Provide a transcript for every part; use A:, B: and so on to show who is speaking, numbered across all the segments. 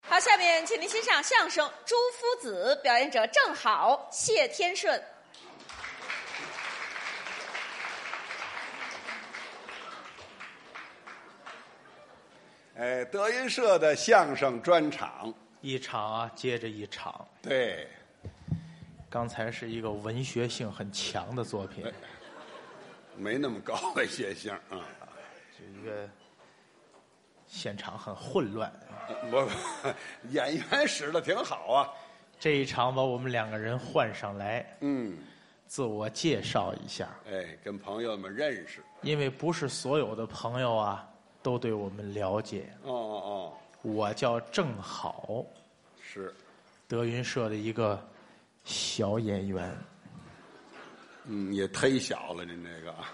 A: 好，下面请您欣赏相声《朱夫子》，表演者正好、谢天顺。
B: 哎，德云社的相声专场，
C: 一场啊接着一场。
B: 对，
C: 刚才是一个文学性很强的作品，
B: 哎没那么高文学性啊，
C: 这一个现场很混乱。
B: 不，演员使的挺好啊，
C: 这一场把我们两个人换上来，
B: 嗯，
C: 自我介绍一下，
B: 哎，跟朋友们认识，
C: 因为不是所有的朋友啊都对我们了解。
B: 哦哦
C: 我叫郑好，
B: 哦，是，
C: 德云社的一个小演员。
B: 嗯，也忒小了，您这个啊，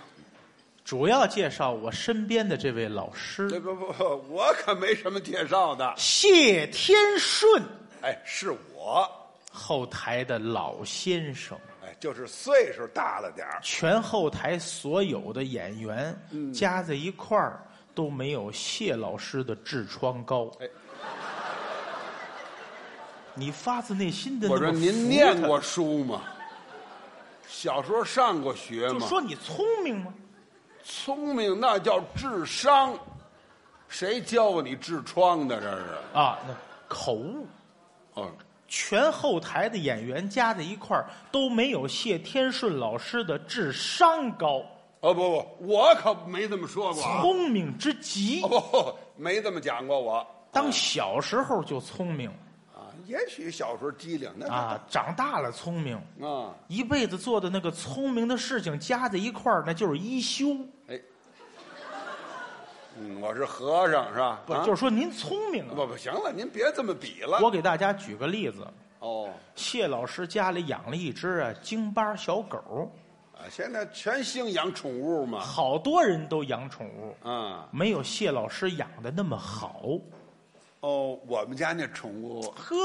C: 主要介绍我身边的这位老
B: 这
C: 师
B: 不不，我可没什么介绍的，
C: 谢天顺，
B: 哎，是我，
C: 后台的老先生，
B: 哎，就是岁数大了点儿，
C: 全后台所有的演员
B: 嗯
C: 加在一块儿都没有谢老师的痔疮高
B: 哎。
C: 你发自内心的，
B: 我说您念过，书吗？小时候上过学
C: 就
B: 吗？
C: 说你聪明吗？
B: 聪明那叫智商，谁教过你痔疮的？这是
C: 啊，那口误。
B: 哦，
C: 全后台的演员加在一块儿都没有谢天顺老师的智商高，
B: 哦不不，我可没这么说过啊，
C: 聪明之极
B: 哦。不，没这么讲过我。
C: 当小时候就聪明
B: 啊，也许小时候机灵，那
C: 啊，长大了聪明，
B: 啊，
C: 一辈子做的那个聪明的事情加在一块儿，那就是一休。
B: 哎，嗯，我是和尚是吧？
C: 不、
B: 啊
C: 就是说您聪明啊？
B: 不不行了，您别这么比了。
C: 我给大家举个例子，
B: 哦，
C: 谢老师家里养了一只啊京巴小狗，
B: 啊，现在全兴养宠物嘛，
C: 好多人都养宠物，
B: 啊，
C: 没有谢老师养的那么好。
B: 哦，我们家那宠物
C: 呵，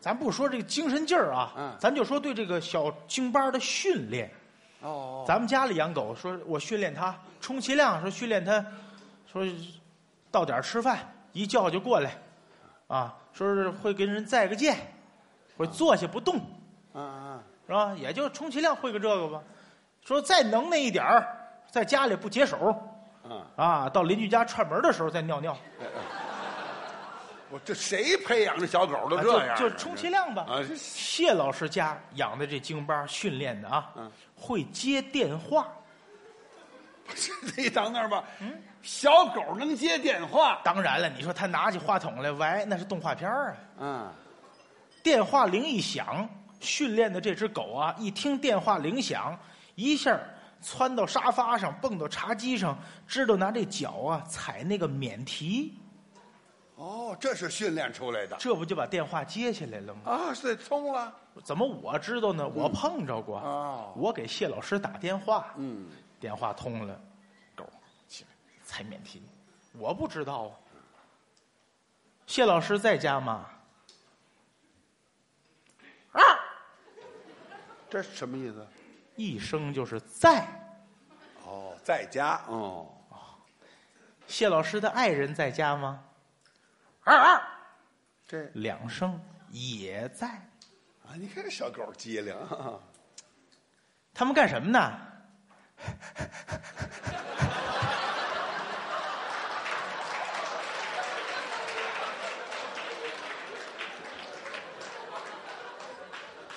C: 咱不说这个精神劲儿啊，
B: 嗯
C: 咱就说对这个小京巴的训练。
B: 哦，
C: 咱们家里养狗，说我训练它，充其量说训练它，说到点儿吃饭，一叫就过来，啊，说是会跟人再个见，会坐下不动，
B: 啊啊，
C: 是吧？也就充其量会个这个吧。说再能耐一点儿，在家里不解手，
B: 嗯
C: 啊，到邻居家串门的时候再尿尿，啊
B: 我这谁培养这小狗都这样啊？
C: 就就充 其量吧。
B: 啊，这
C: 谢老师家养的这京巴训练的啊，
B: 嗯
C: 会接电话，
B: 你等那儿吧。
C: 嗯
B: 小狗能接电话。
C: 当然了，你说他拿起话筒来，喂，那是动画片儿啊。
B: 嗯，
C: 电话铃一响，训练的这只狗啊，一听电话铃响，一下窜到沙发上，蹦到茶几上，知道拿这脚啊踩那个免提，
B: 哦，这是训练出来的
C: 这不就把电话接起来了吗？
B: 啊，是通了。
C: 怎么我知道呢？我碰着过，
B: 哦
C: 我给谢老师打电话，
B: 嗯，
C: 电话通了，狗起来踩免提，我不知道啊。谢老师在家吗？啊，
B: 这是什么意思？
C: 一声就是在。
B: 哦，在家。哦，
C: 谢老师的爱人在家吗？二二
B: 这
C: 两声也在。
B: 啊，你看这小狗机灵。啊
C: 他们干什么呢？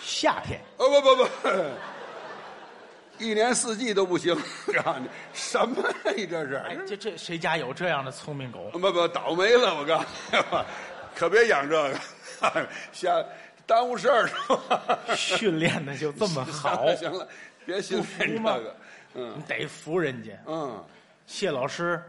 C: 夏天
B: 哦不 不不，一年四季都不行。告诉你，什么呀？你这
C: 哎
B: 是？，
C: 这这谁家有这样的聪明狗？
B: 不不，倒霉了！我告诉你，可别养这个， 瞎耽误事儿是吧？
C: 训练的就这么好，
B: 行了，别训练
C: 不
B: 这
C: 服吗
B: 个。嗯
C: 你得服人家。
B: 嗯。
C: 谢老师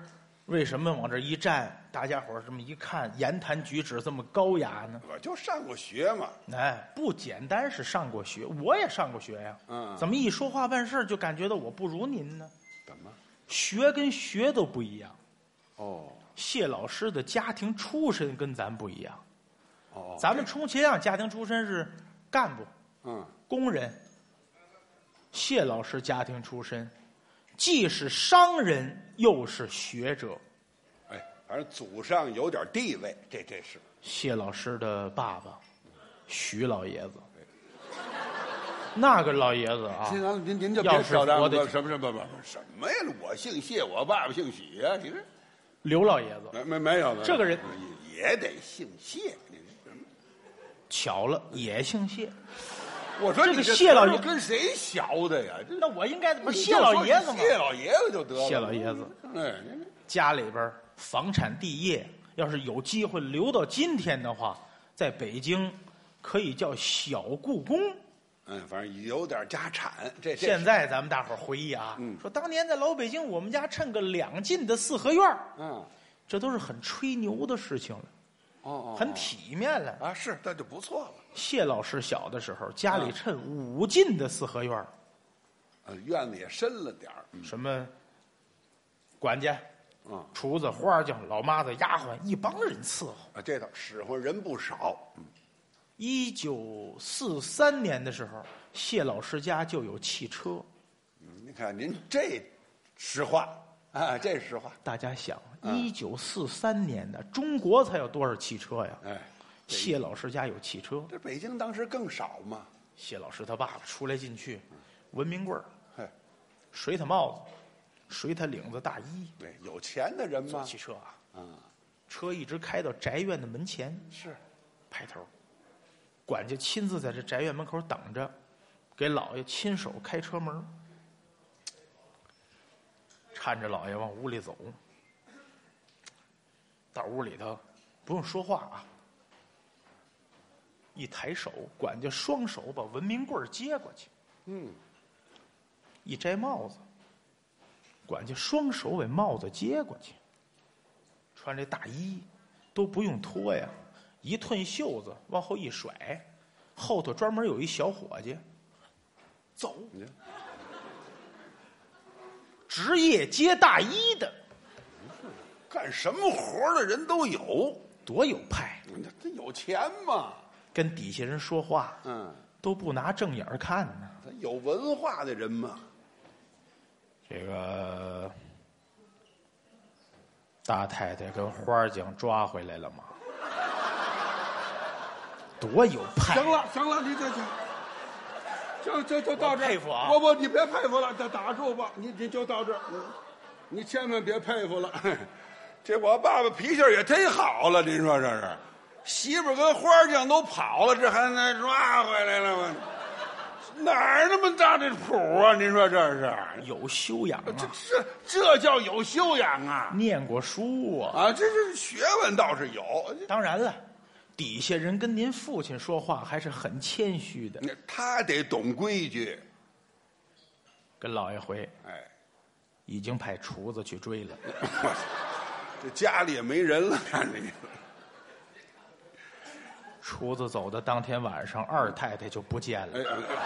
C: 为什么往这一站，大家伙儿这么一看，言谈举止这么高雅呢？
B: 我就上过学嘛，
C: 哎，不简单是上过学，我也上过学呀。
B: 嗯
C: 怎么一说话办事儿就感觉到我不如您呢？
B: 怎么？
C: 学跟学都不一样。
B: 哦
C: 谢老师的家庭出身跟咱不一样，
B: 哦，
C: 咱们充其量家庭出身是干部、
B: 嗯，
C: 工人。谢老师家庭出身，既是商人又是学者，
B: 哎，反正祖上有点地位，这这是
C: 谢老师的爸爸，徐老爷子，那个老爷子啊
B: 您，咱您您就
C: 要
B: 别
C: 是
B: 挑担
C: 我
B: 子
C: 得
B: 了，什么什么什么什么呀？我姓谢，我爸爸姓许啊呀、你这
C: 刘老爷子，
B: 没没没有没有
C: 这个人
B: 也也得姓谢。你
C: 巧了，也姓谢。
B: 这我说
C: 这
B: 你
C: 个
B: 这
C: 谢老爷
B: 词儿跟谁学的呀？这
C: 那我应该怎么
B: 你
C: 谢
B: 就
C: 老
B: 说
C: 爷子吗？
B: 谢老爷子就得了。
C: 谢老爷子，
B: 哎，您这
C: 家里边儿房产地业，要是有机会留到今天的话，在北京可以叫小故宫。
B: 嗯，反正有点家产，这这
C: 现在咱们大伙儿回忆啊，
B: 嗯
C: 说当年在老北京，我们家趁个两进的四合院儿，
B: 嗯，
C: 这都是很吹牛的事情了，
B: 哦哦，
C: 很体面了。
B: 啊，是那就不错了。
C: 谢老师小的时候，家里趁五进的四合院儿，
B: 呃，院子也深了点儿，
C: 什么管家、
B: 嗯
C: 厨子、花匠、老妈子、丫鬟，一帮人伺候。
B: 啊，这倒使唤人不少。
C: 一九四三年的时候，谢老师家就有汽车。
B: 嗯您看您这实话啊，这实话，
C: 大家想，一九四三年的中国才有多少汽车呀？
B: 哎，
C: 谢老师家有汽车。
B: 这北京当时更少嘛，
C: 谢老师他爸爸出来进去，文明棍儿，
B: 嘿，
C: 水他帽子，水他领子大衣，
B: 对，有钱的人嘛，
C: 汽车啊，
B: 啊，
C: 车一直开到宅院的门前，
B: 是，
C: 排头。管家亲自在这宅院门口等着，给老爷亲手开车门，搀着老爷往屋里走。到屋里头不用说话啊，一抬手，管家双手把文明棍儿接过去，
B: 嗯，
C: 一摘帽子，管家双手把帽子接过去，穿这大衣都不用脱呀，一褪袖子往后一甩，后头专门有一小伙计，走，
B: 你这
C: 职业接大衣的，
B: 干什么活儿的人都有，
C: 多有派，
B: 这这有钱嘛，
C: 跟底下人说话
B: 嗯，
C: 都不拿正眼儿看呢。
B: 他有文化的人嘛，
C: 这个大太太跟花匠抓回来了吗？ 多有派！
D: 行了行了，你这这，就就就到这儿。
C: 我佩服啊
D: 不不，你别佩服了，打打住吧，你你就到这儿，嗯你千万别佩服了。
B: 这我爸爸脾气儿也忒好了，您说这是？媳妇儿跟花匠都跑了，这还能抓回来了吗？哪儿那么大的谱啊？您说这是？
C: 有修养
B: 这
C: 啊，
B: 这这叫有修养啊！
C: 念过书啊。
B: 啊，这这学问倒是有，
C: 当然了，底下人跟您父亲说话还是很谦虚的。
B: 那他得懂规矩。
C: 跟老爷回，
B: 哎，
C: 已经派厨子去追了。
B: 我 这家里也没人了， 看你
C: 厨子走的当天晚上，二太太就不见
B: 哎
C: 了。
B: 哎。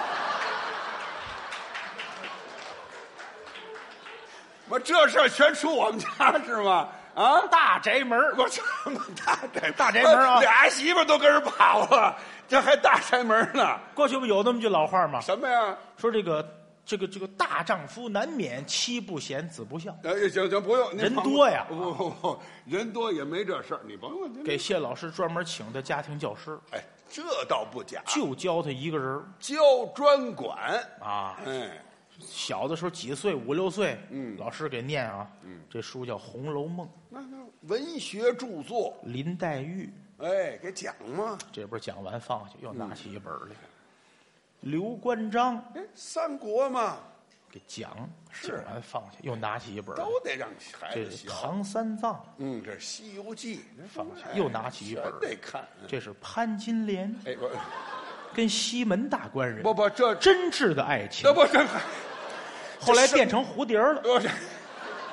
B: 我这事儿全出我们家是吗？啊，
C: 大宅门
B: 我这么大宅
C: 大宅门啊
B: 俩媳妇儿都跟人跑了，这还大宅门呢？
C: 过去不有那么句老话吗？
B: 什么呀？
C: 说这个这个这个大丈夫难免妻不贤子不孝。
B: 呃，行行，不用，您
C: 人
B: 放
C: 多呀
B: 不不不不，哦人多也没这事儿，你甭问。您
C: 给谢老师专门请的家庭教师，
B: 哎，这倒不假，
C: 就教他一个人儿
B: 教专管，
C: 啊。
B: 哎，
C: 小的时候几岁，五六岁，嗯，老师给念啊，嗯，这书叫《红楼梦
B: 那那文学著作，》，
C: 林黛玉
B: 哎，给讲嘛。
C: 这边讲完放下，又拿起一本儿来，刘关张
B: 哎，三国嘛，
C: 给讲，讲
B: 啊
C: 完放下，又拿起一本儿来，
B: 都得让孩
C: 这
B: 子
C: 是
B: 学。
C: 唐三藏，
B: 嗯，这《西游记》
C: 放下
B: 哎
C: 又拿起一本
B: 全得看。
C: 这是潘金莲
B: 哎，我
C: 跟西门大官人
B: 不不，这这
C: 真挚的爱情
B: 这，不这。
C: 后来变成蝴蝶儿了。
B: 多少？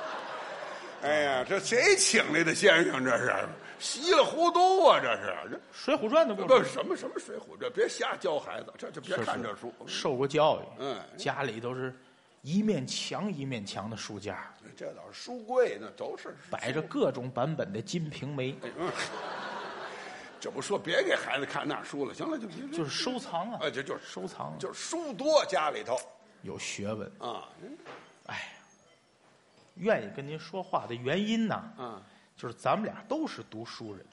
B: 哎呀，这谁请来的先生？这是稀里糊涂啊！这是
C: 《水浒传》的
B: 这
C: 故
B: 不
C: 事
B: 什么什么水浒，这别瞎教孩子，这这别
C: 是
B: 看
C: 是
B: 这书，
C: 受过教育，
B: 嗯
C: 家里都是一面墙一面墙的书架，
B: 这老是书柜那都是
C: 摆着各种版本的《金瓶梅》，
B: 哎这不说别给孩子看那书了，行了，就别别
C: 就是收藏啊，
B: 哎，这就是
C: 收藏啊，
B: 就是书多家里头
C: 有学问。
B: 啊，
C: 哎，愿意跟您说话的原因呢，
B: 嗯，
C: 就是咱们俩都是读书人，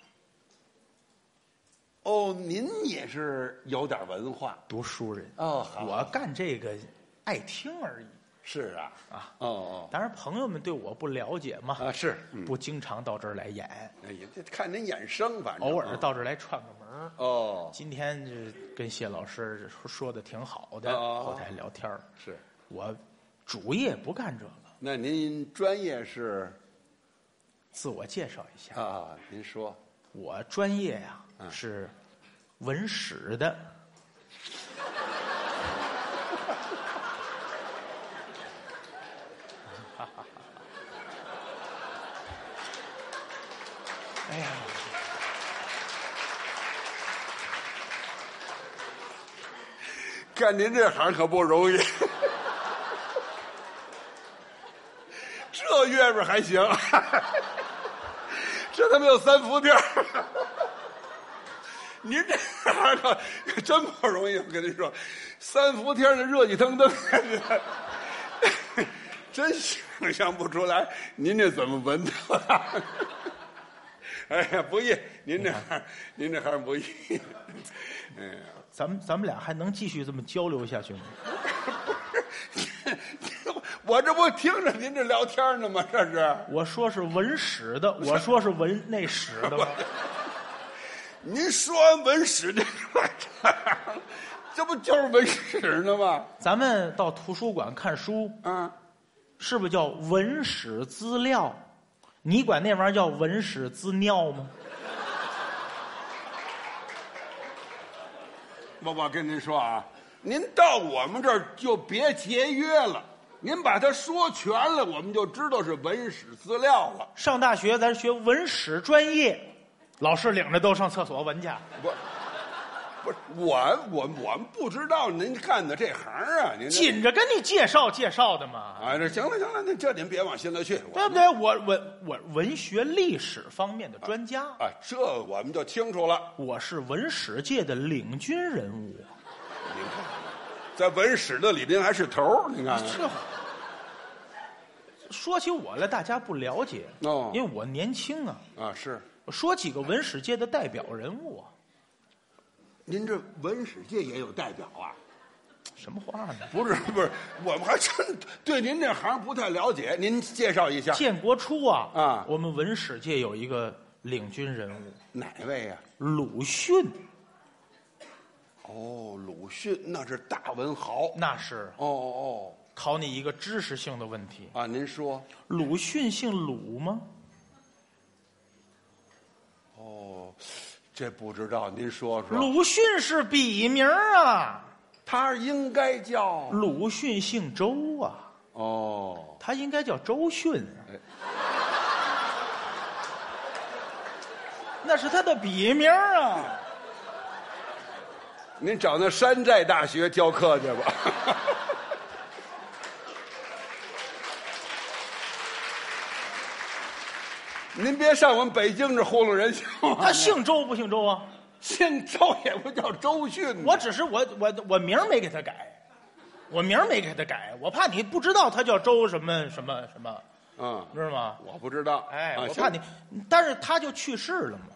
B: 哦，您也是有点文化
C: 读书人。
B: 哦好
C: 我干这个爱听而已。
B: 是啊啊哦哦
C: 当然，朋友们对我不了解嘛，
B: 啊是嗯
C: 不经常到这儿来演，
B: 哎呀，这看您眼生，反正啊
C: 偶尔到这儿来串个门儿。
B: 嗯哦
C: 今天这跟谢老师说说的挺好的，
B: 哦哦哦
C: 后台聊天儿
B: 是。
C: 我主业不干这个，
B: 那您专业是
C: 自我介绍一下，
B: 啊？您说
C: 我专业呀、
B: 嗯
C: 是文史的。哎呀，
B: 干您这行可不容易，这月饼还行， 这他妈有三伏地儿。 您这行可真不容易，我跟您说，三伏天儿的热气腾腾 的，真想象不出来您这怎么闻的。 哎呀，不易，您这行，您这行不易。嗯。
C: 咱们咱们俩还能继续这么交流下 去吗？
B: 我这不听着您这聊天呢吗？这是
C: 我说是文史的，我说是文内史的吗？
B: 您说完文史这个， 这不就是文史呢吗？
C: 咱们到图书馆看书，
B: 啊，
C: 是不是叫文史资料？你管那玩意儿叫文史资料吗？
B: 我我跟您说啊，您到我们这儿就别节约了，您把它说全了，我们就知道是文史资料了。
C: 上大学咱学文史专业，老师领着都上厕所闻去。
B: 不，不是我我我们不知道您干的这行啊，您这
C: 紧着跟你介绍介绍的嘛，
B: 哎，这行了行了，那这您别往心里去。我
C: 对不对？我我我文学历史方面的专家，
B: 啊，这我们就清楚了。
C: 我是文史界的领军人物。
B: 您看，在文史的里边还是头儿，你看看
C: 这说起我来，大家不了解
B: 哦
C: 因为我年轻啊。
B: 啊，是
C: 我说几个文史界的代表人物啊，
B: 您这文史界也有代表啊？
C: 什么话呢？
B: 不是不是，我们还真对您这行不太了解，您介绍一下
C: 建国初啊，
B: 啊
C: 我们文史界有一个领军人物
B: 哪位呀、
C: 鲁迅，
B: 哦，鲁迅那是大文豪。
C: 那是
B: 哦哦
C: 考你一个知识性的问题：
B: 哦，啊，您说
C: 鲁迅姓鲁吗？
B: 哦，这不知道，您说说。
C: 鲁迅是笔名啊，
B: 他应该叫
C: 鲁迅姓周啊，
B: 哦，
C: 他应该叫周迅啊
B: 哎。
C: 那是他的笔名啊，
B: 您找那山寨大学教课去吧。 您别上我们北京这糊弄人行吗？
C: 他姓周不姓周啊？
B: 姓周也不叫周迅呢，
C: 我只是我我我名儿没给他改，我名儿没给他改，我怕你不知道他叫周什么什么什么，
B: 嗯，
C: 知道吗？
B: 我不知道，
C: 哎，
B: 啊
C: 我
B: 行
C: 怕你，但是他就去世了嘛。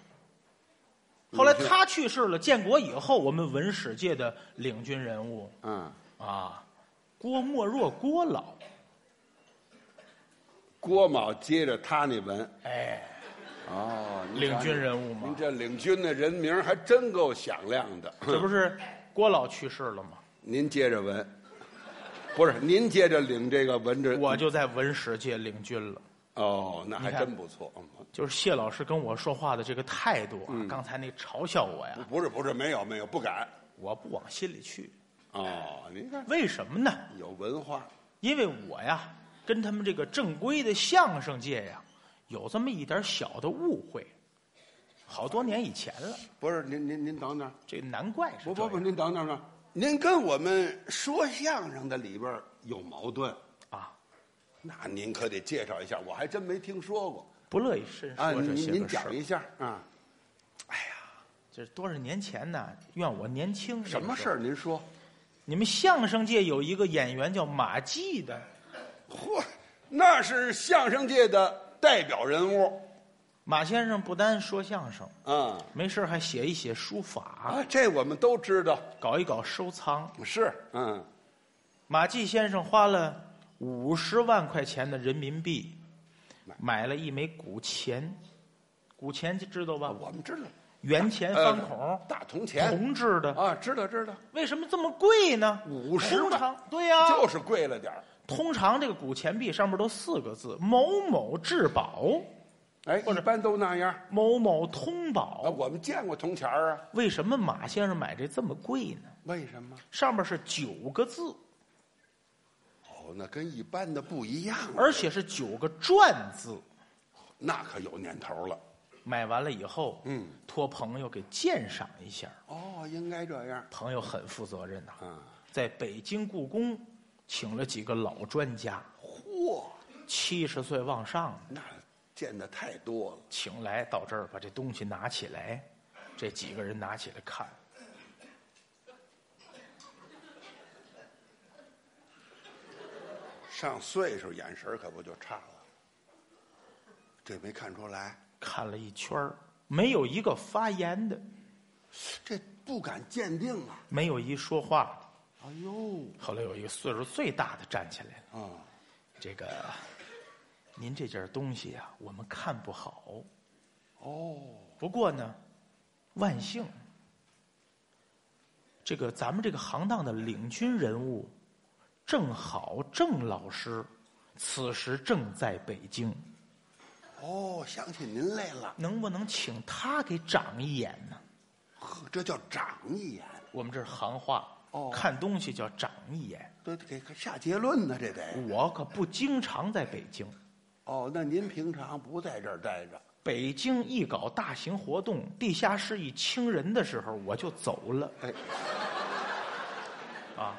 C: 后来他去世了，建国以后，我们文史界的领军人物
B: 嗯，
C: 啊，郭沫若郭老，
B: 郭某接着他那文
C: 哎，
B: 哦，您
C: 领
B: 瞧
C: 军
B: 您
C: 人物嘛
B: 您这领军的人名还真够响亮的。
C: 这不是郭老去世了吗？
B: 您接着文，不是您接着领这个文这
C: 我就在文史界领军了。
B: 哦，那还
C: 你看
B: 真不错。嗯
C: 就是谢老师跟我说话的这个态度啊，刚才那嘲笑我呀，
B: 不是不是，没有没有，不敢。
C: 我不往心里去。
B: 哦，您看
C: 为什么呢？
B: 有文化，
C: 因为我呀，跟他们这个正规的相声界呀，有这么一点小的误会，好多年以前了。
B: 不是您您您等等，
C: 这难怪是
B: 不
C: 这
B: 不
C: 样
B: 不，您等等等，您跟我们说相声的里边儿有矛盾，
C: 啊，
B: 那您可得介绍一下，我还真没听说过
C: 不乐意深
B: 啊。
C: 说
B: 您
C: 这些
B: 您
C: 个事儿
B: 讲。一下啊，
C: 这多少年前呢？怨我年轻。
B: 什么事
C: 儿？
B: 儿您说？
C: 你们相声界有一个演员叫马季的，
B: 嚯，那是相声界的代表人物，
C: 马先生不单说相声，
B: 嗯，
C: 没事儿还写一写书法，
B: 啊，这我们都知道，
C: 搞一搞收藏。
B: 是，嗯，
C: 马季先生花了五十万块钱的人民币，买了一枚古钱，古钱就知道吧？
B: 我们知道，
C: 元钱
B: 哦呃
C: 啊哎方孔，
B: 大铜钱，
C: 铜制的，
B: 啊，知道知道，
C: 为什么这么贵呢？
B: 50万
C: 通常对呀、
B: 就是贵了点儿。
C: 通常这个古钱币上面都四个字：某某至宝，
B: 哎，一般都那样。
C: 某某通
B: 啊，
C: 宝。
B: 我们见过铜钱儿啊，
C: 为什么马先生买这这么贵呢？
B: 为什么？
C: 上面是九个字，
B: 哦，那跟一般的不一样啊，
C: 而且是九个篆字。
B: 那可有年头了。
C: 买完了以后，
B: 嗯，
C: 托朋友给鉴赏一下，
B: 哦，应该这样。
C: 朋友很负责任呐、
B: 啊，
C: 在北京故宫请了几个老专家，
B: 嚯，
C: 七十岁往上的，
B: 那见的太多了。
C: 请来到这儿把这东西拿起来，这几个人拿起来看，
B: 上岁数眼神儿可不就差了，这没看出来，
C: 看了一圈儿没有一个发言的，
B: 这不敢鉴定啊。
C: 没有一说话的。
B: 哎呦，
C: 后来有一个岁数最大的站起来了，
B: 啊，
C: 这个，您这件东西啊，我们看不好。
B: 哦，
C: 不过呢，万幸，这个咱们这个行当的领军人物，正好郑老师，此时正在北京，
B: 哦，想起您来了，
C: 能不能请他给长一眼呢？
B: 呵，这叫长一眼，
C: 我们这是行话，
B: 哦
C: 看东西叫长一眼。
B: 这得给下结论呢，这得。
C: 我可不经常在北京，
B: 哦，那您平常不在这儿待着，
C: 北京一搞大型活动，地下室一清人的时候，我就走了。
B: 哎，
C: 啊，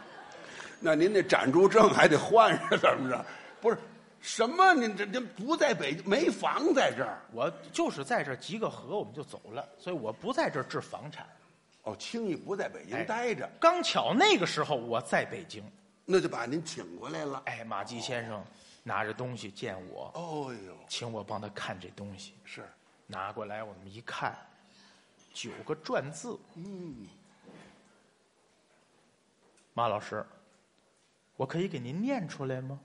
B: 那您那暂住证还得换是怎么着？不是，什么？您这您不在北京，没房在这儿？
C: 我就是在这儿集个合，我们就走了，所以我不在这儿置房产。
B: 哦，轻易不在北京
C: 哎
B: 待着，
C: 刚巧那个时候我在北京，
B: 那就把您请过来了。
C: 哎，马季先生拿着东西见我，
B: 哦呦，
C: 请我帮他看这东西，
B: 是，
C: 拿过来我们一看，九个篆字。
B: 嗯，
C: 马老师，我可以给您念出来吗？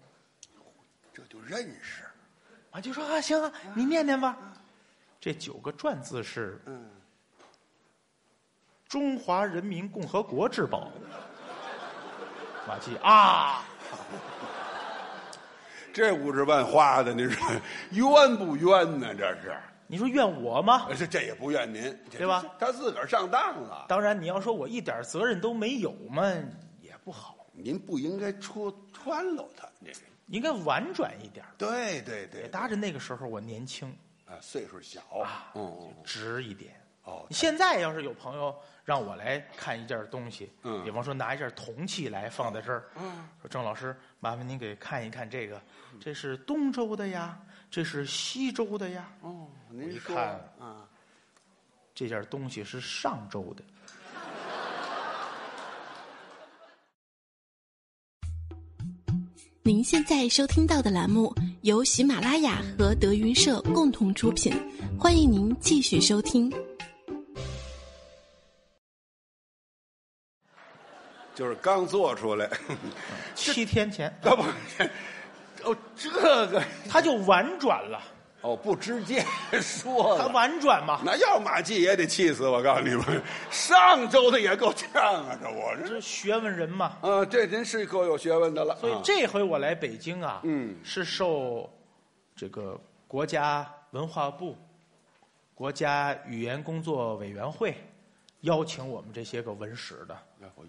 B: 这就认识。
C: 马季说啊，行啊，你念念吧。这九个篆字是
B: 嗯，
C: 中华人民共和国之宝。马季啊，
B: 这五十万花的，您说冤不冤呢？这是，
C: 你说怨我吗？
B: 这这也不怨您，这
C: 对吧？
B: 他自个儿上当啊了，
C: 当然，你要说我一点责任都没有嘛，也不好，
B: 您不应该戳穿了他。您，
C: 应该婉转一点儿。
B: 对对对
C: 也，搭着那个时候我年轻，
B: 啊，岁数小，
C: 啊
B: 嗯，嗯
C: 直一点。
B: 哦，
C: 现在要是有朋友让我来看一件东西，
B: 嗯
C: 比方说拿一件铜器来放在这儿，
B: 嗯，
C: 说郑老师，麻烦您给看一看这个，这是东周的呀，这是西周的呀，
B: 哦，您
C: 一
B: 说
C: 看
B: 啊，
C: 这件东西是上周的。
E: 您现在收听到的栏目由喜马拉雅和德云社共同出品，欢迎您继续收听。
B: 就是刚做出来，
C: 七天前
B: 啊不， 哦这个
C: 他就婉转了，
B: 哦不直接说
C: 他
B: 了，
C: 婉转嘛，
B: 那要马季也得气死我，告诉你们，上周的也够呛啊，这我这
C: 这学问人嘛。
B: 啊，这人是够有学问的了，
C: 所以
B: 啊
C: 这回我来北京啊，
B: 嗯
C: 是受这个国家文化部、国家语言工作委员会邀请我们这些个文史的
B: 哎呦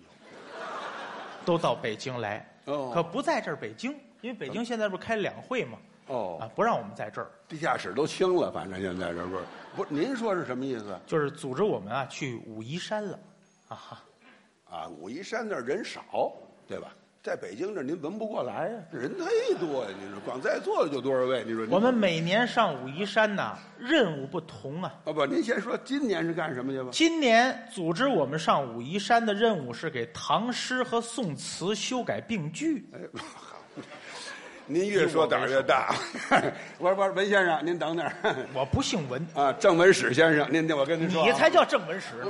C: 都到北京来，
B: 哦
C: 可不在这儿北京，因为北京现在不是开两会嘛，啊
B: 哦，，
C: 不让我们在这儿，
B: 地下室都清了，反正现在这不是不是，您说是什么意思
C: 就是组织我们啊去武夷山了，啊哈，
B: 啊？武夷山那儿人少，对吧？在北京这儿您闻不过来啊呀、这人忒多呀、你说光在座的就多少位？你说您
C: 我们每年上武夷山呐、任务不同啊。
B: 啊不，您先说今年是干什么去吧？
C: 今年组织我们上武夷山的任务是给唐诗和宋词修改并句。
B: 哎，好，您越说胆儿 越大。我说文先生，您等等
C: 我不姓文，
B: 啊，郑文史先生，您我跟您说啊，
C: 你才叫郑文石，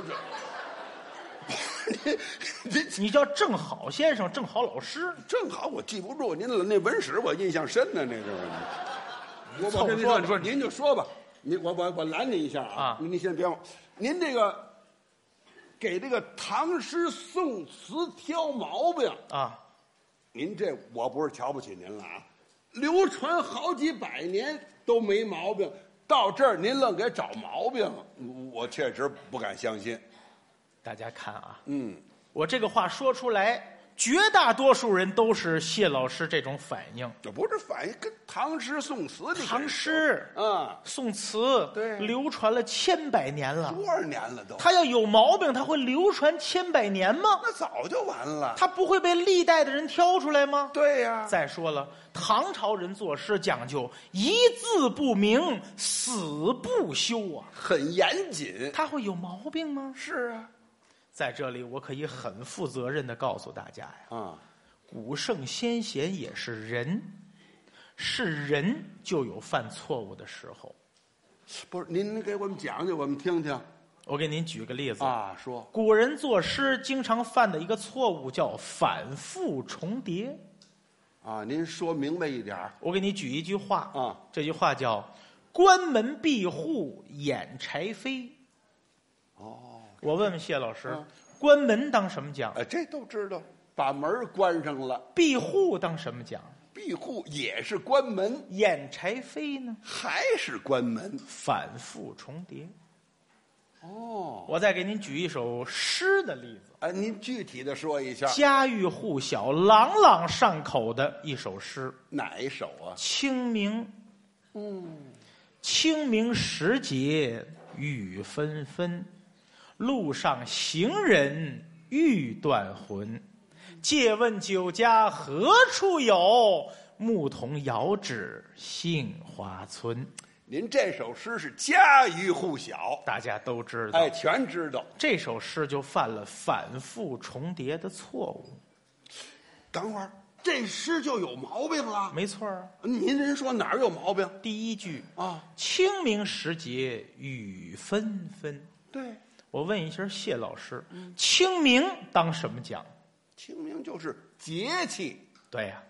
B: 您
C: 你叫郑好先生、郑好老师，
B: 正好我记不住您了，那文史我印象深呢，那是。我
C: 凑
B: 我跟
C: 合
B: 您
C: 说
B: 说，
C: 吧说
B: 您就说吧，您我我我拦您一下啊
C: 啊，
B: 您您先别忘，您这个给这个唐诗宋词挑毛病，
C: 啊，
B: 您这我不是瞧不起您了啊，流传好几百年都没毛病，到这儿您愣给找毛病，我我确实不敢相信。
C: 大家看啊，
B: 嗯，
C: 我这个话说出来，绝大多数人都是谢老师这种反应。
B: 这不是反映跟唐诗宋词这个
C: 唐诗、
B: 啊，
C: 宋词，
B: 对
C: 流传了千百年了。
B: 多少年了都，
C: 它要有毛病，它会流传千百年吗？
B: 那早就完了。
C: 它不会被历代的人挑出来吗？
B: 对呀、
C: 再说了，唐朝人作诗讲究一字不明，死不休啊，
B: 很严谨。
C: 他会有毛病吗？
B: 是啊，
C: 在这里，我可以很负责任的告诉大家呀，
B: 啊，
C: 古圣先贤也是人，是人就有犯错误的时候。
B: 不是您给我们讲讲，我们听听
C: 我给您举个例子，
B: 啊，说
C: 古人作诗经常犯的一个错误叫反复重叠。
B: 啊，您说明白一点儿
C: 我给你举一句话
B: 啊，
C: 这句话叫“关门闭户掩柴扉”。哦，我问问谢老师，
B: 嗯
C: 关门当什么讲？
B: 呃，这都知道，把门儿关上了，
C: 闭户当什么讲？
B: 闭户也是关门，
C: 掩柴扉呢？
B: 还是关门。
C: 反复重叠。
B: 哦，
C: 我再给您举一首诗的例子，
B: 哎、您具体的说一下
C: 家喻户晓、朗朗上口的一首诗。
B: 哪一首啊？
C: 清明，嗯，清明时节雨纷纷，路上行人欲断魂。借问酒家何处有？牧童遥指杏花村。
B: 您这首诗是家喻户晓，
C: 大家都知道，
B: 哎，全知道。
C: 这首诗就犯了反复重叠的错误。
B: 等会儿这诗就有毛病了。
C: 没错儿，
B: 您人说哪儿有毛病
C: 第一句
B: 啊？
C: 清明时节雨纷纷。
B: 对，
C: 我问一下谢老师，清明当什么讲？
B: 清明就是节气。
C: 对呀、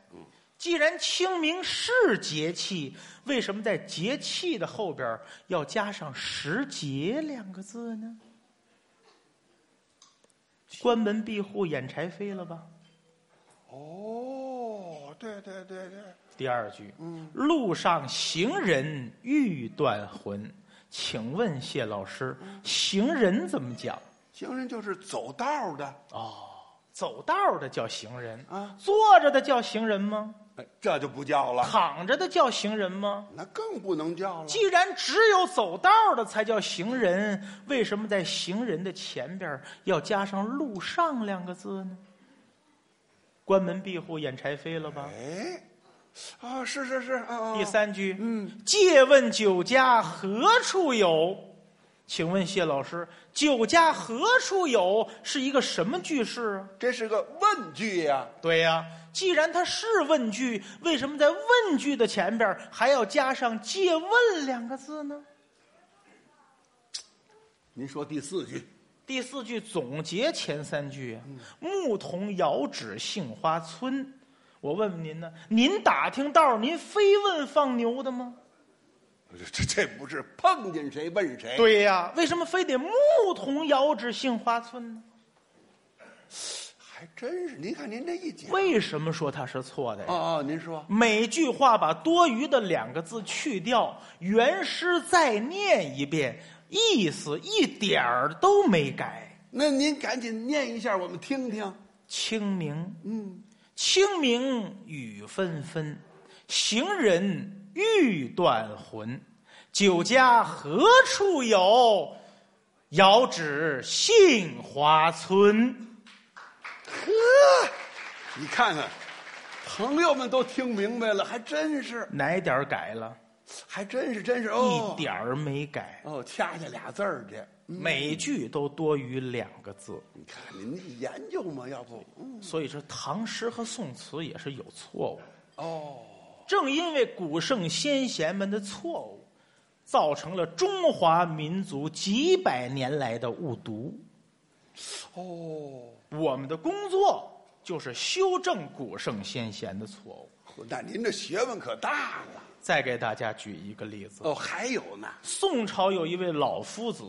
C: 既然清明是节气，为什么在节气的后边儿要加上“时节”两个字呢？关门闭户掩柴扉了吧？
B: 哦，对对对对，
C: 第二句，路上行人欲断魂，请问谢老师，行人怎么讲？
B: 行人就是走道的，
C: 走道儿的叫行人
B: 啊
C: 坐着的叫行人吗？
B: 哎这就不叫了，
C: 躺着的叫行人吗？
B: 那更不能叫了。
C: 既然只有走道儿的才叫行人，为什么在行人的前边儿要加上“路上”两个字呢？关门闭户掩柴扉了吧？
B: 哎，啊，是是是，啊，啊
C: 第，三句，嗯，借问酒家何处有？请问谢老师，“酒家何处有”是一个什么句式啊？
B: 这是个问句呀、
C: 对呀、既然它是问句，为什么在问句的前边儿还要加上“借问”两个字呢？
B: 您说第四句，
C: 第四句总结前三句啊，牧童遥指杏花村。我问问您呢，您打听道儿您非问放牛的吗？
B: 这这不是碰见谁问谁？，
C: 对呀、为什么非得牧童遥指杏花村呢？
B: 还真是。您看您这一讲，
C: 为什么说它是错的呀？
B: 啊啊，您说
C: 每句话把多余的两个字去掉，原诗再念一遍，意思一点儿都没改。
B: 那您赶紧念一下，我们听听。
C: 清明，嗯，清明雨纷纷，行人欲断魂。酒家何处有？遥指杏花村。
B: 你看看，朋友们都听明白了，还真是，
C: 哪一点儿改了？
B: 还真是，真是哦，
C: 一点儿没改，
B: 哦，掐下俩字儿去。
C: 每句都多余两个字。
B: 你看您研究嘛，要不嗯
C: 所以说，唐诗和宋词也是有错误。
B: 哦，
C: 正因为古圣先贤们的错误，造成了中华民族几百年来的误读。哦，我们的工作就是修正古圣先贤的错误。
B: 那您这学问可大了
C: 再给大家举一个例子，
B: 哦，还有呢，
C: 呃宋朝有一位老夫子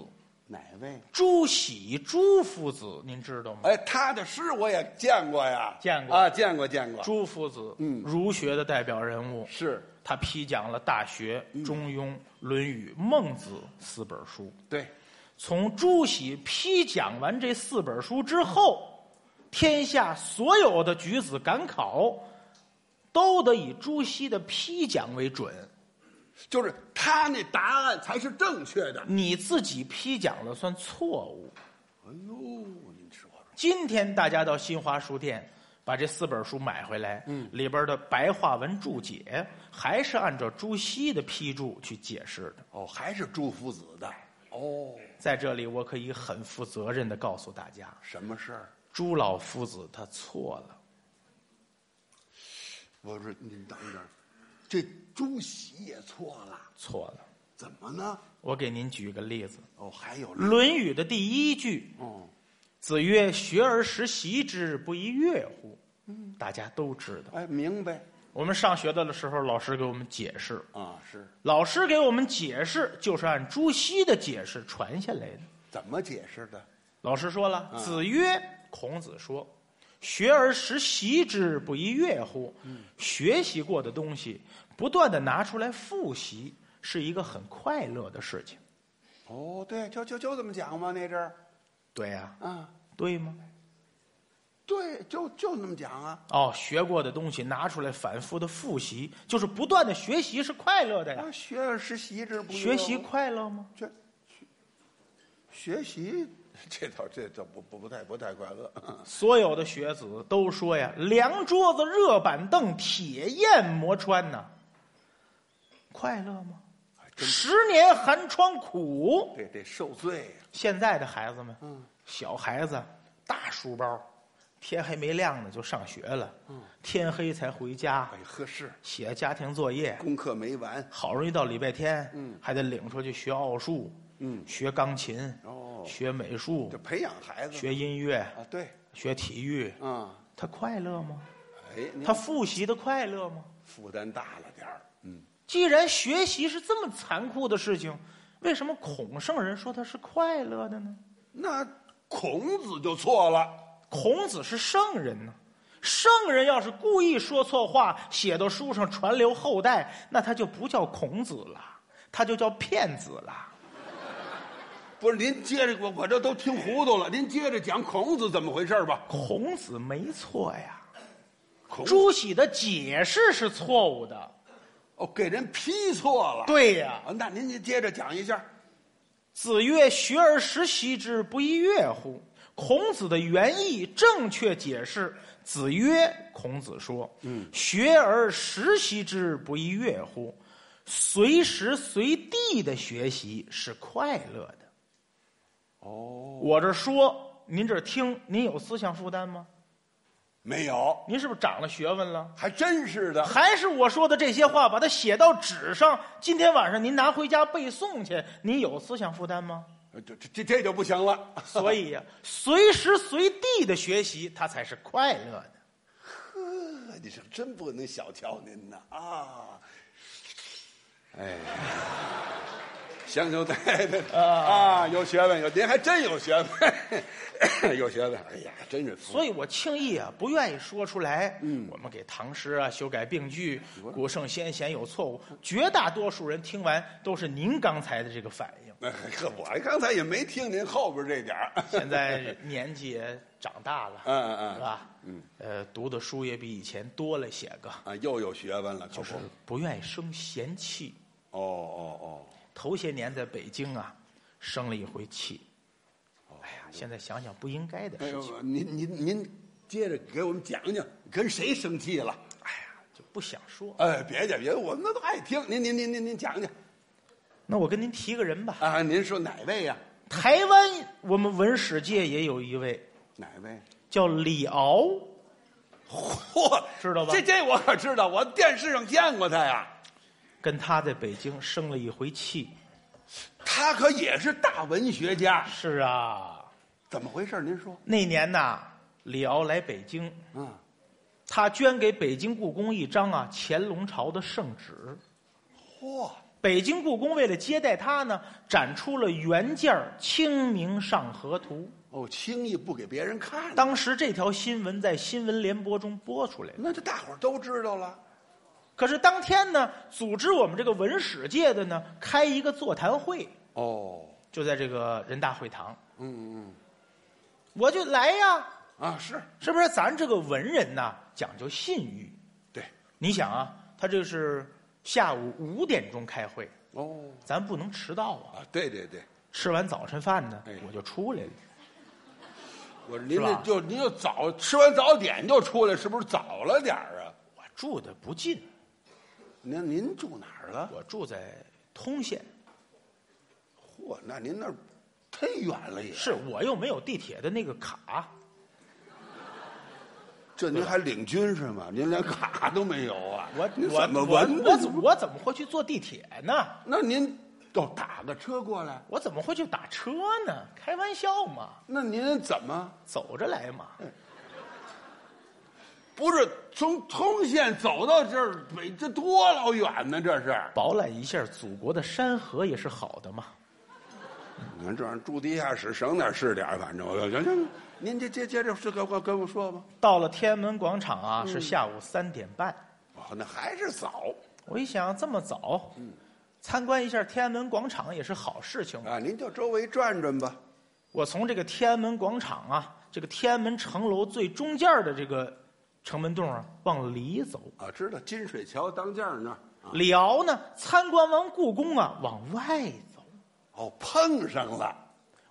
B: 哪位？
C: 朱熹，朱夫子，您知道吗？
B: 哎，他的诗我也见过呀，
C: 见过
B: 啊，见过见过，
C: 朱夫子，嗯，儒学的代表人物，
B: 是
C: 他批讲了《大学》
B: 嗯
C: 《中庸》《论语》《孟子》四本书。
B: 对，
C: 从朱熹批讲完这四本书之后，天下所有的举子赶考，都得以朱熹的批讲为准。
B: 就是他那答案才是正确的。
C: 你自己批讲了算错误。
B: 哎呦，您说说，
C: 今天大家到新华书店把这四本书买回来，嗯，里边的白话文注解还是按照朱熹的批注去解释的。
B: 哦，还是朱夫子的哦，
C: 在这里，我可以很负责任的告诉大家，
B: 什么事儿？
C: 朱老夫子他错了。
B: 我说您等等，这朱熹也错了，
C: 错了。
B: 怎么呢？
C: 我给您举个例子，
B: 哦，还有
C: 《论语》的第一句，
B: 哦，
C: 子曰：“学而时习之，不亦说乎？”大家都知道。
B: 哎，明白
C: 我们上学的时候，老师给我们解释，
B: 啊，是
C: 老师给我们解释就是按朱熹的解释传下来的。
B: 怎么解释的？
C: 老师说了，子曰：“孔子说，学而时习之，不亦说乎？”学习过的东西，不断的拿出来复习，是一个很快乐的事情。
B: 哦，对，就就就这么讲嘛，那阵儿
C: 对呀、
B: 啊，
C: 对吗？
B: 对，就就那么讲啊。
C: 哦，学过的东西拿出来反复的复习，就是不断的学习是快乐的呀
B: 啊，。学而时习之，不亦
C: 学习
B: 乐乎
C: 快乐吗？
B: 学学习， 这倒这倒不不不太不太快乐。
C: 所有的学子都说呀：“凉桌子、热板凳、铁砚磨穿呐，快乐吗？”十年寒窗苦，
B: 对，得受罪呀、
C: 现在的孩子们，
B: 嗯
C: 小孩子大书包，天还没亮呢就上学了，
B: 嗯
C: 天黑才回家
B: 哎，合适，
C: 写家庭作业，
B: 功课没完，
C: 好容易到礼拜天，还得领出去学奥数，
B: 嗯
C: 学钢琴，
B: 哦
C: 学美术
B: 就，培养孩子嘛
C: 学音乐，
B: 啊，对，
C: 学体育，
B: 嗯，
C: 他快乐吗？
B: 哎，您
C: 他复习的快乐吗？
B: 负担大了点儿，嗯，
C: 既然学习是这么残酷的事情，为什么孔圣人说他是快乐的呢？
B: 那孔子就错了，
C: 孔子是圣人呢、圣人要是故意说错话，写到书上传留后代，那他就不叫孔子了，他就叫骗子了。
B: 不是？您接着我我这都听糊涂了，您接着讲孔子怎么回事吧？
C: 孔子没错呀，
B: 孔子
C: 朱熹的解释是错误的。
B: 哦，给人批错了，
C: 对呀
B: 啊，那您就接着讲一下，
C: 子曰：“学而时习之，不亦说乎？”孔子的原意正确解释，子曰：“孔子说，嗯，学而时习之，不亦说乎？随时随地的学习是快乐的。”哦，我这说，您这听，您有思想负担吗？
B: 没有，
C: 您是不是长了学问了？
B: 还真是的，
C: 还是我说的这些话，把它写到纸上，今天晚上您拿回家背诵去，您有思想负担吗？
B: 这这这这就不行了，
C: 所以呀、随时随地的学习，它才是快乐的。
B: 嗯哎你是真不能小瞧您呐啊！哎，行行，对对对啊，有学问，有您还真有学问，有学问。哎呀，真是服。
C: 所以我轻易啊不愿意说出来。嗯，我们给唐诗啊修改病句，古圣先贤有错误，绝大多数人听完都是您刚才的这个反 应。
B: 哎呵，我刚才也没听您后边这点儿。
C: 现在年纪也长大了，
B: 嗯嗯
C: 是吧？嗯，呃，读的书也比以前多了些个，
B: 啊，又有学问了，可不。
C: 就是不愿意生闲气。
B: 哦哦哦，
C: 头些年在北京啊，生了一回气。哎呀，现在想想不应该的
B: 哦哎
C: 事
B: 呦
C: 情。，
B: 您您您接着给我们讲讲，跟谁生气了？
C: 哎呀，就不想说。
B: 哎，别介别介，我们都爱听。您您您您您讲讲
C: 那我跟您提个人吧，
B: 啊，您说哪位呀、
C: 台湾我们文史界也有一位
B: 哪位？
C: 叫李敖，
B: 嚯，
C: 知道吧
B: 这这我可知道，我电视上见过他呀。
C: 跟他在北京生了一回气。
B: 他可也是大文学家，
C: 是啊，
B: 怎么回事？您说？
C: 那年呐，李敖来北京，
B: 嗯，
C: 他捐给北京故宫一张啊乾隆朝的圣旨。
B: 嚯，
C: 北京故宫为了接待他呢，展出了原件儿《清明上河图
B: 哦，轻易不给别人》。看，
C: 当时这条新闻在新闻联播中播出来了。
B: 那这大伙儿都知道了。
C: 可是当天呢，组织我们这个文史界的呢，开一个座谈会，
B: 哦，
C: 就在这个人大会堂。
B: 嗯嗯
C: 我就来呀，
B: 嗯，啊是，
C: 是不是？咱这个文人呐，讲究信誉。
B: 对，
C: 你想啊，他这是下午五点钟开会，
B: 哦
C: 咱不能迟到啊。
B: 啊，对对对，
C: 吃完早晨饭呢
B: 哎，
C: 我就出来了。
B: 我说您
C: 是吧
B: 这就您就早吃完早点就出来，是不是早了点儿啊？
C: 我住的不近，
B: 您您住哪儿了？
C: 我住在通县，
B: 嚯，那您那儿忒远了也。
C: 是我又没有地铁的那个卡，
B: 这您还领军是吗？您连卡都没有啊？
C: 我
B: 您
C: 我
B: 怎么
C: 我
B: 闻
C: 我
B: 的？
C: 怎我怎么会去坐地铁呢？
B: 那您都打个车过来，
C: 我怎么会去打车呢？开玩笑嘛，
B: 那您怎么
C: 走着来嘛。
B: 嗯不是从通县走到这儿北？这多老远呢？这是？
C: 饱览一下祖国的山河也是好的嘛。
B: 你看这样住地下室省点是点儿，反正我行行行，您这接接着是跟我跟我说吧。
C: 到了天安门广场啊，是下午三点半。
B: 哦，那还是早
C: 我一想这么早，参观一下天安门广场也是好事情嘛。
B: 啊！您就周围转转吧。
C: 我从这个天安门广场啊，这个天安门城楼最中间的这个城门洞啊，往里走。
B: 啊，知道金水桥当间儿那儿啊。
C: 李敖呢，参观完故宫啊，往外走。
B: 哦，碰上了。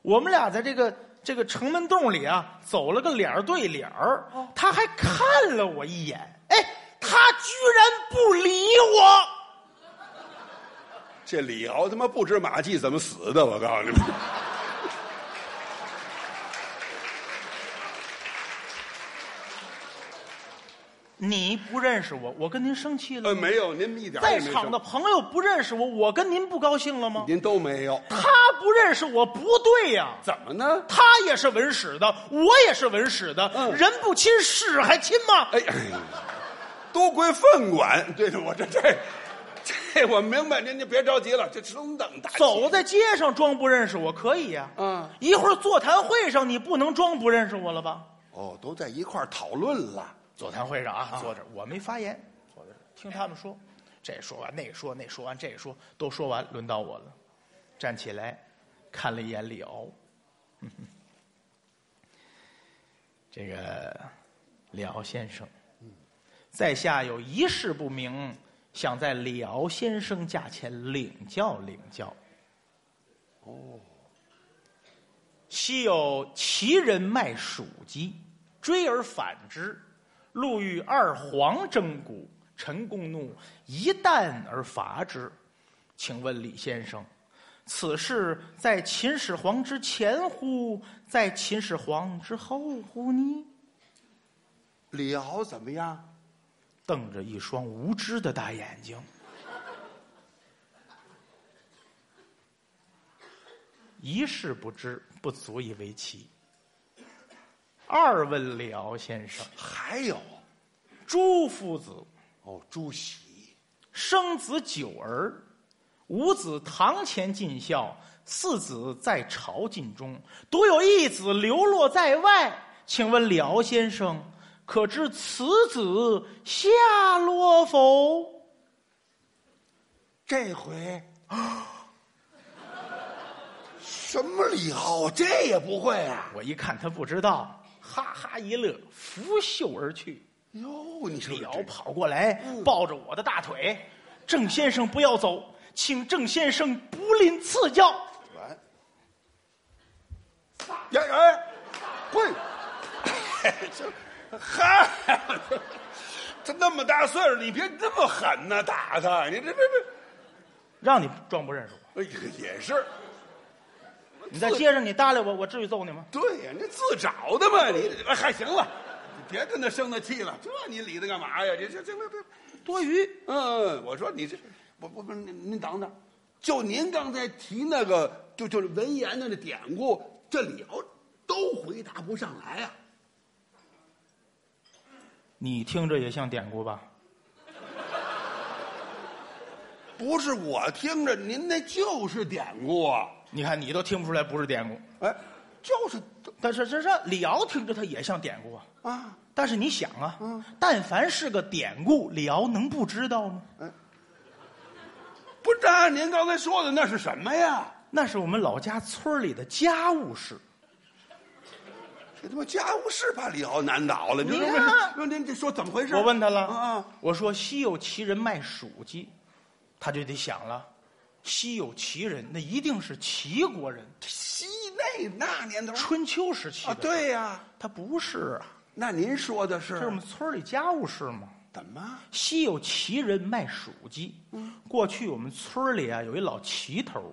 C: 我们俩在这个这个城门洞里啊，走了个脸儿对脸儿，他还看了我一眼，哎，他居然不理我。
B: 这李敖他妈不知马季怎么死的，我告诉你们。
C: 你不认识我，我跟您生气了
B: 呃，
C: 吗？
B: 没有，您一点儿
C: 在
B: 也没
C: 场的
B: 生
C: 朋友不认识我，我跟您不高兴了吗？
B: 您都没有，啊
C: 他不认识我不对呀、
B: 怎么呢？
C: 他也是文史的，我也是文史的，
B: 嗯
C: 人不亲屎还亲吗？
B: 哎呀，都归分管。对对，我这这这我明白，您您别着急了，这中等大气
C: 走在街上装不认识我可以呀、
B: 嗯
C: 一会儿座谈会上你不能装不认识我了吧？
B: 哦，都在一块儿讨论了。
C: 座谈会上啊，坐这儿我没发言，坐这儿听他们说，这说完那个说那说完这个说都说完，轮到我了，站起来，看了一眼李敖，哼哼 这个李敖先生，在下有一事不明，想在李敖先生驾前领教领教。哦，哦昔有齐人卖黍鸡，追而反之，路遇二黄争骨，陈公怒，一旦而伐之。请问李先生，此事在秦始皇之前乎？在秦始皇之后乎呢？
B: 李敖怎么样？
C: 瞪着一双无知的大眼睛，一事不知，不足以为奇。二问李敖先生，
B: 还有
C: 朱夫子
B: 哦，朱熹，
C: 生子九儿，五子堂前尽孝，四子在朝尽忠，独有一子流落在外。请问李敖先生，可知此子下落否？
B: 这回什么李敖？这也不会啊？
C: 我一看他不知道，哈哈一乐，拂袖而去。
B: 哟，你说
C: 李
B: 这
C: 敖跑过来，抱着我的大腿：“郑先生不要走，请郑先生不吝赐教。
B: 完，呀哎，滚！这嗨，这那么大岁数，你别这么狠呐、打他！你这这”
C: 让你装不认识我，
B: 这，哎呀，也是，
C: 你在街上你搭理我，我至于揍你吗？
B: 对呀、你自找的嘛！你哎，还行了，别跟他生他气了，这你理他干嘛呀？这这这这这，
C: 多余。
B: 嗯，我说你这，我我不是您您等等，就您刚才提那个，就就是文言的那典故，这李敖都回答不上来啊。
C: 你听着也像典故吧？
B: 不是我听着，您那就是典故啊！
C: 你看你都听不出来不是典故，
B: 哎，就是
C: 但是这这李敖听着他也像典故啊。
B: 啊，
C: 但是你想啊，
B: 嗯
C: 但凡是个典故，李敖能不知道吗？
B: 不是按您刚才说的那是什么呀？
C: 那是我们老家村里的家务事。
B: 这他妈家务事把李敖难倒了，
C: 你
B: 这
C: 看
B: 说您这说怎么回事？
C: 我问他了，
B: 啊，
C: 我说西有其人卖黍鸡，他就得想了，西有其人，那一定是齐国人，
B: 西内那年头
C: 春秋时期的。
B: 啊，，对呀、
C: 他不是啊，
B: 那您说的
C: 这是我
B: 是
C: 们村里家务事嘛。
B: 怎么？
C: 西有齐人卖黍鸡，过去我们村里啊有一老齐头儿，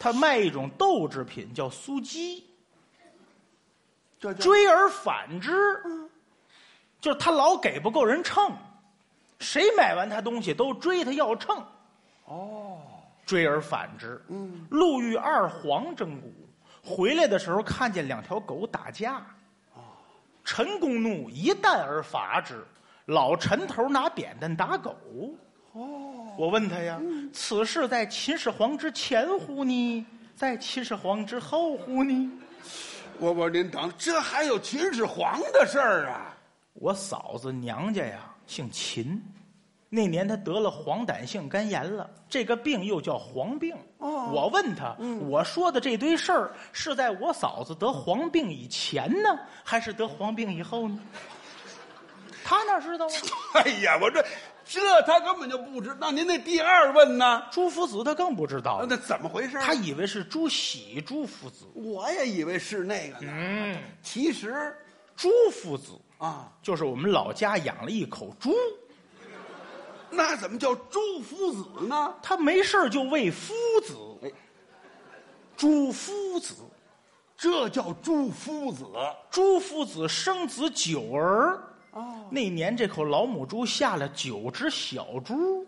C: 他卖一种豆制品叫酥鸡。
B: 这这
C: 追而反之，就是他老给不够人秤，谁买完他东西都追他要秤。哦，追而反之，嗯，路遇二黄争骨，回来的时候看见两条狗打架，哦陈公怒，一旦而伐之。老陈头拿扁担打狗。哦，我问他呀，此事在秦始皇之前乎呢，在秦始皇之后乎呢？
B: 我我您等，这还有秦始皇的事儿啊？
C: 我嫂子娘家呀姓秦，那年她得了黄疸性肝炎了，这个病又叫黄病。我问她，我说的这堆事儿是在我嫂子得黄病以前呢，还是得黄病以后呢？她哪知道啊？
B: 哎呀，我这这他根本就不知。那您那第二问呢？
C: 朱夫子她更不知道
B: 啊，，那怎么回事？
C: 她以为是朱喜朱夫子。
B: 我也以为是那个呢。
C: 嗯，
B: 其实
C: 朱夫子
B: 啊，
C: 就是我们老家养了一口猪，
B: 那怎么叫朱夫子呢？
C: 他没事儿就喂夫子
B: 哎，
C: 朱夫子。
B: 这叫朱夫子。
C: 朱夫子生子九儿。哦，那年这口老母猪下了九只小猪，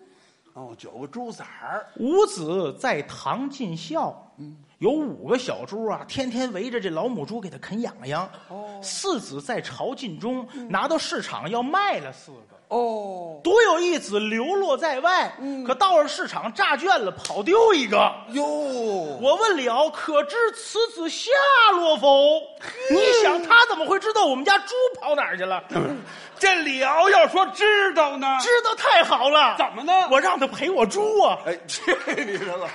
B: 哦，九个猪崽儿，
C: 五子在堂尽孝。嗯，有五个小猪啊，天天围着这老母猪给它啃痒痒。哦，嗯四子在朝觐中、拿到市场要卖了四个。
B: 哦，
C: 独有一子流落在外，可到了市场诈圈了，跑丢一个。
B: 哟，
C: 我问李敖，可知此子下落否？ 你想他怎么会知道我们家猪跑哪儿去了？
B: 嗯这李敖要说知道呢，
C: 知道太好了，
B: 怎么呢
C: 我让他陪我猪啊！
B: 哎，去你的了！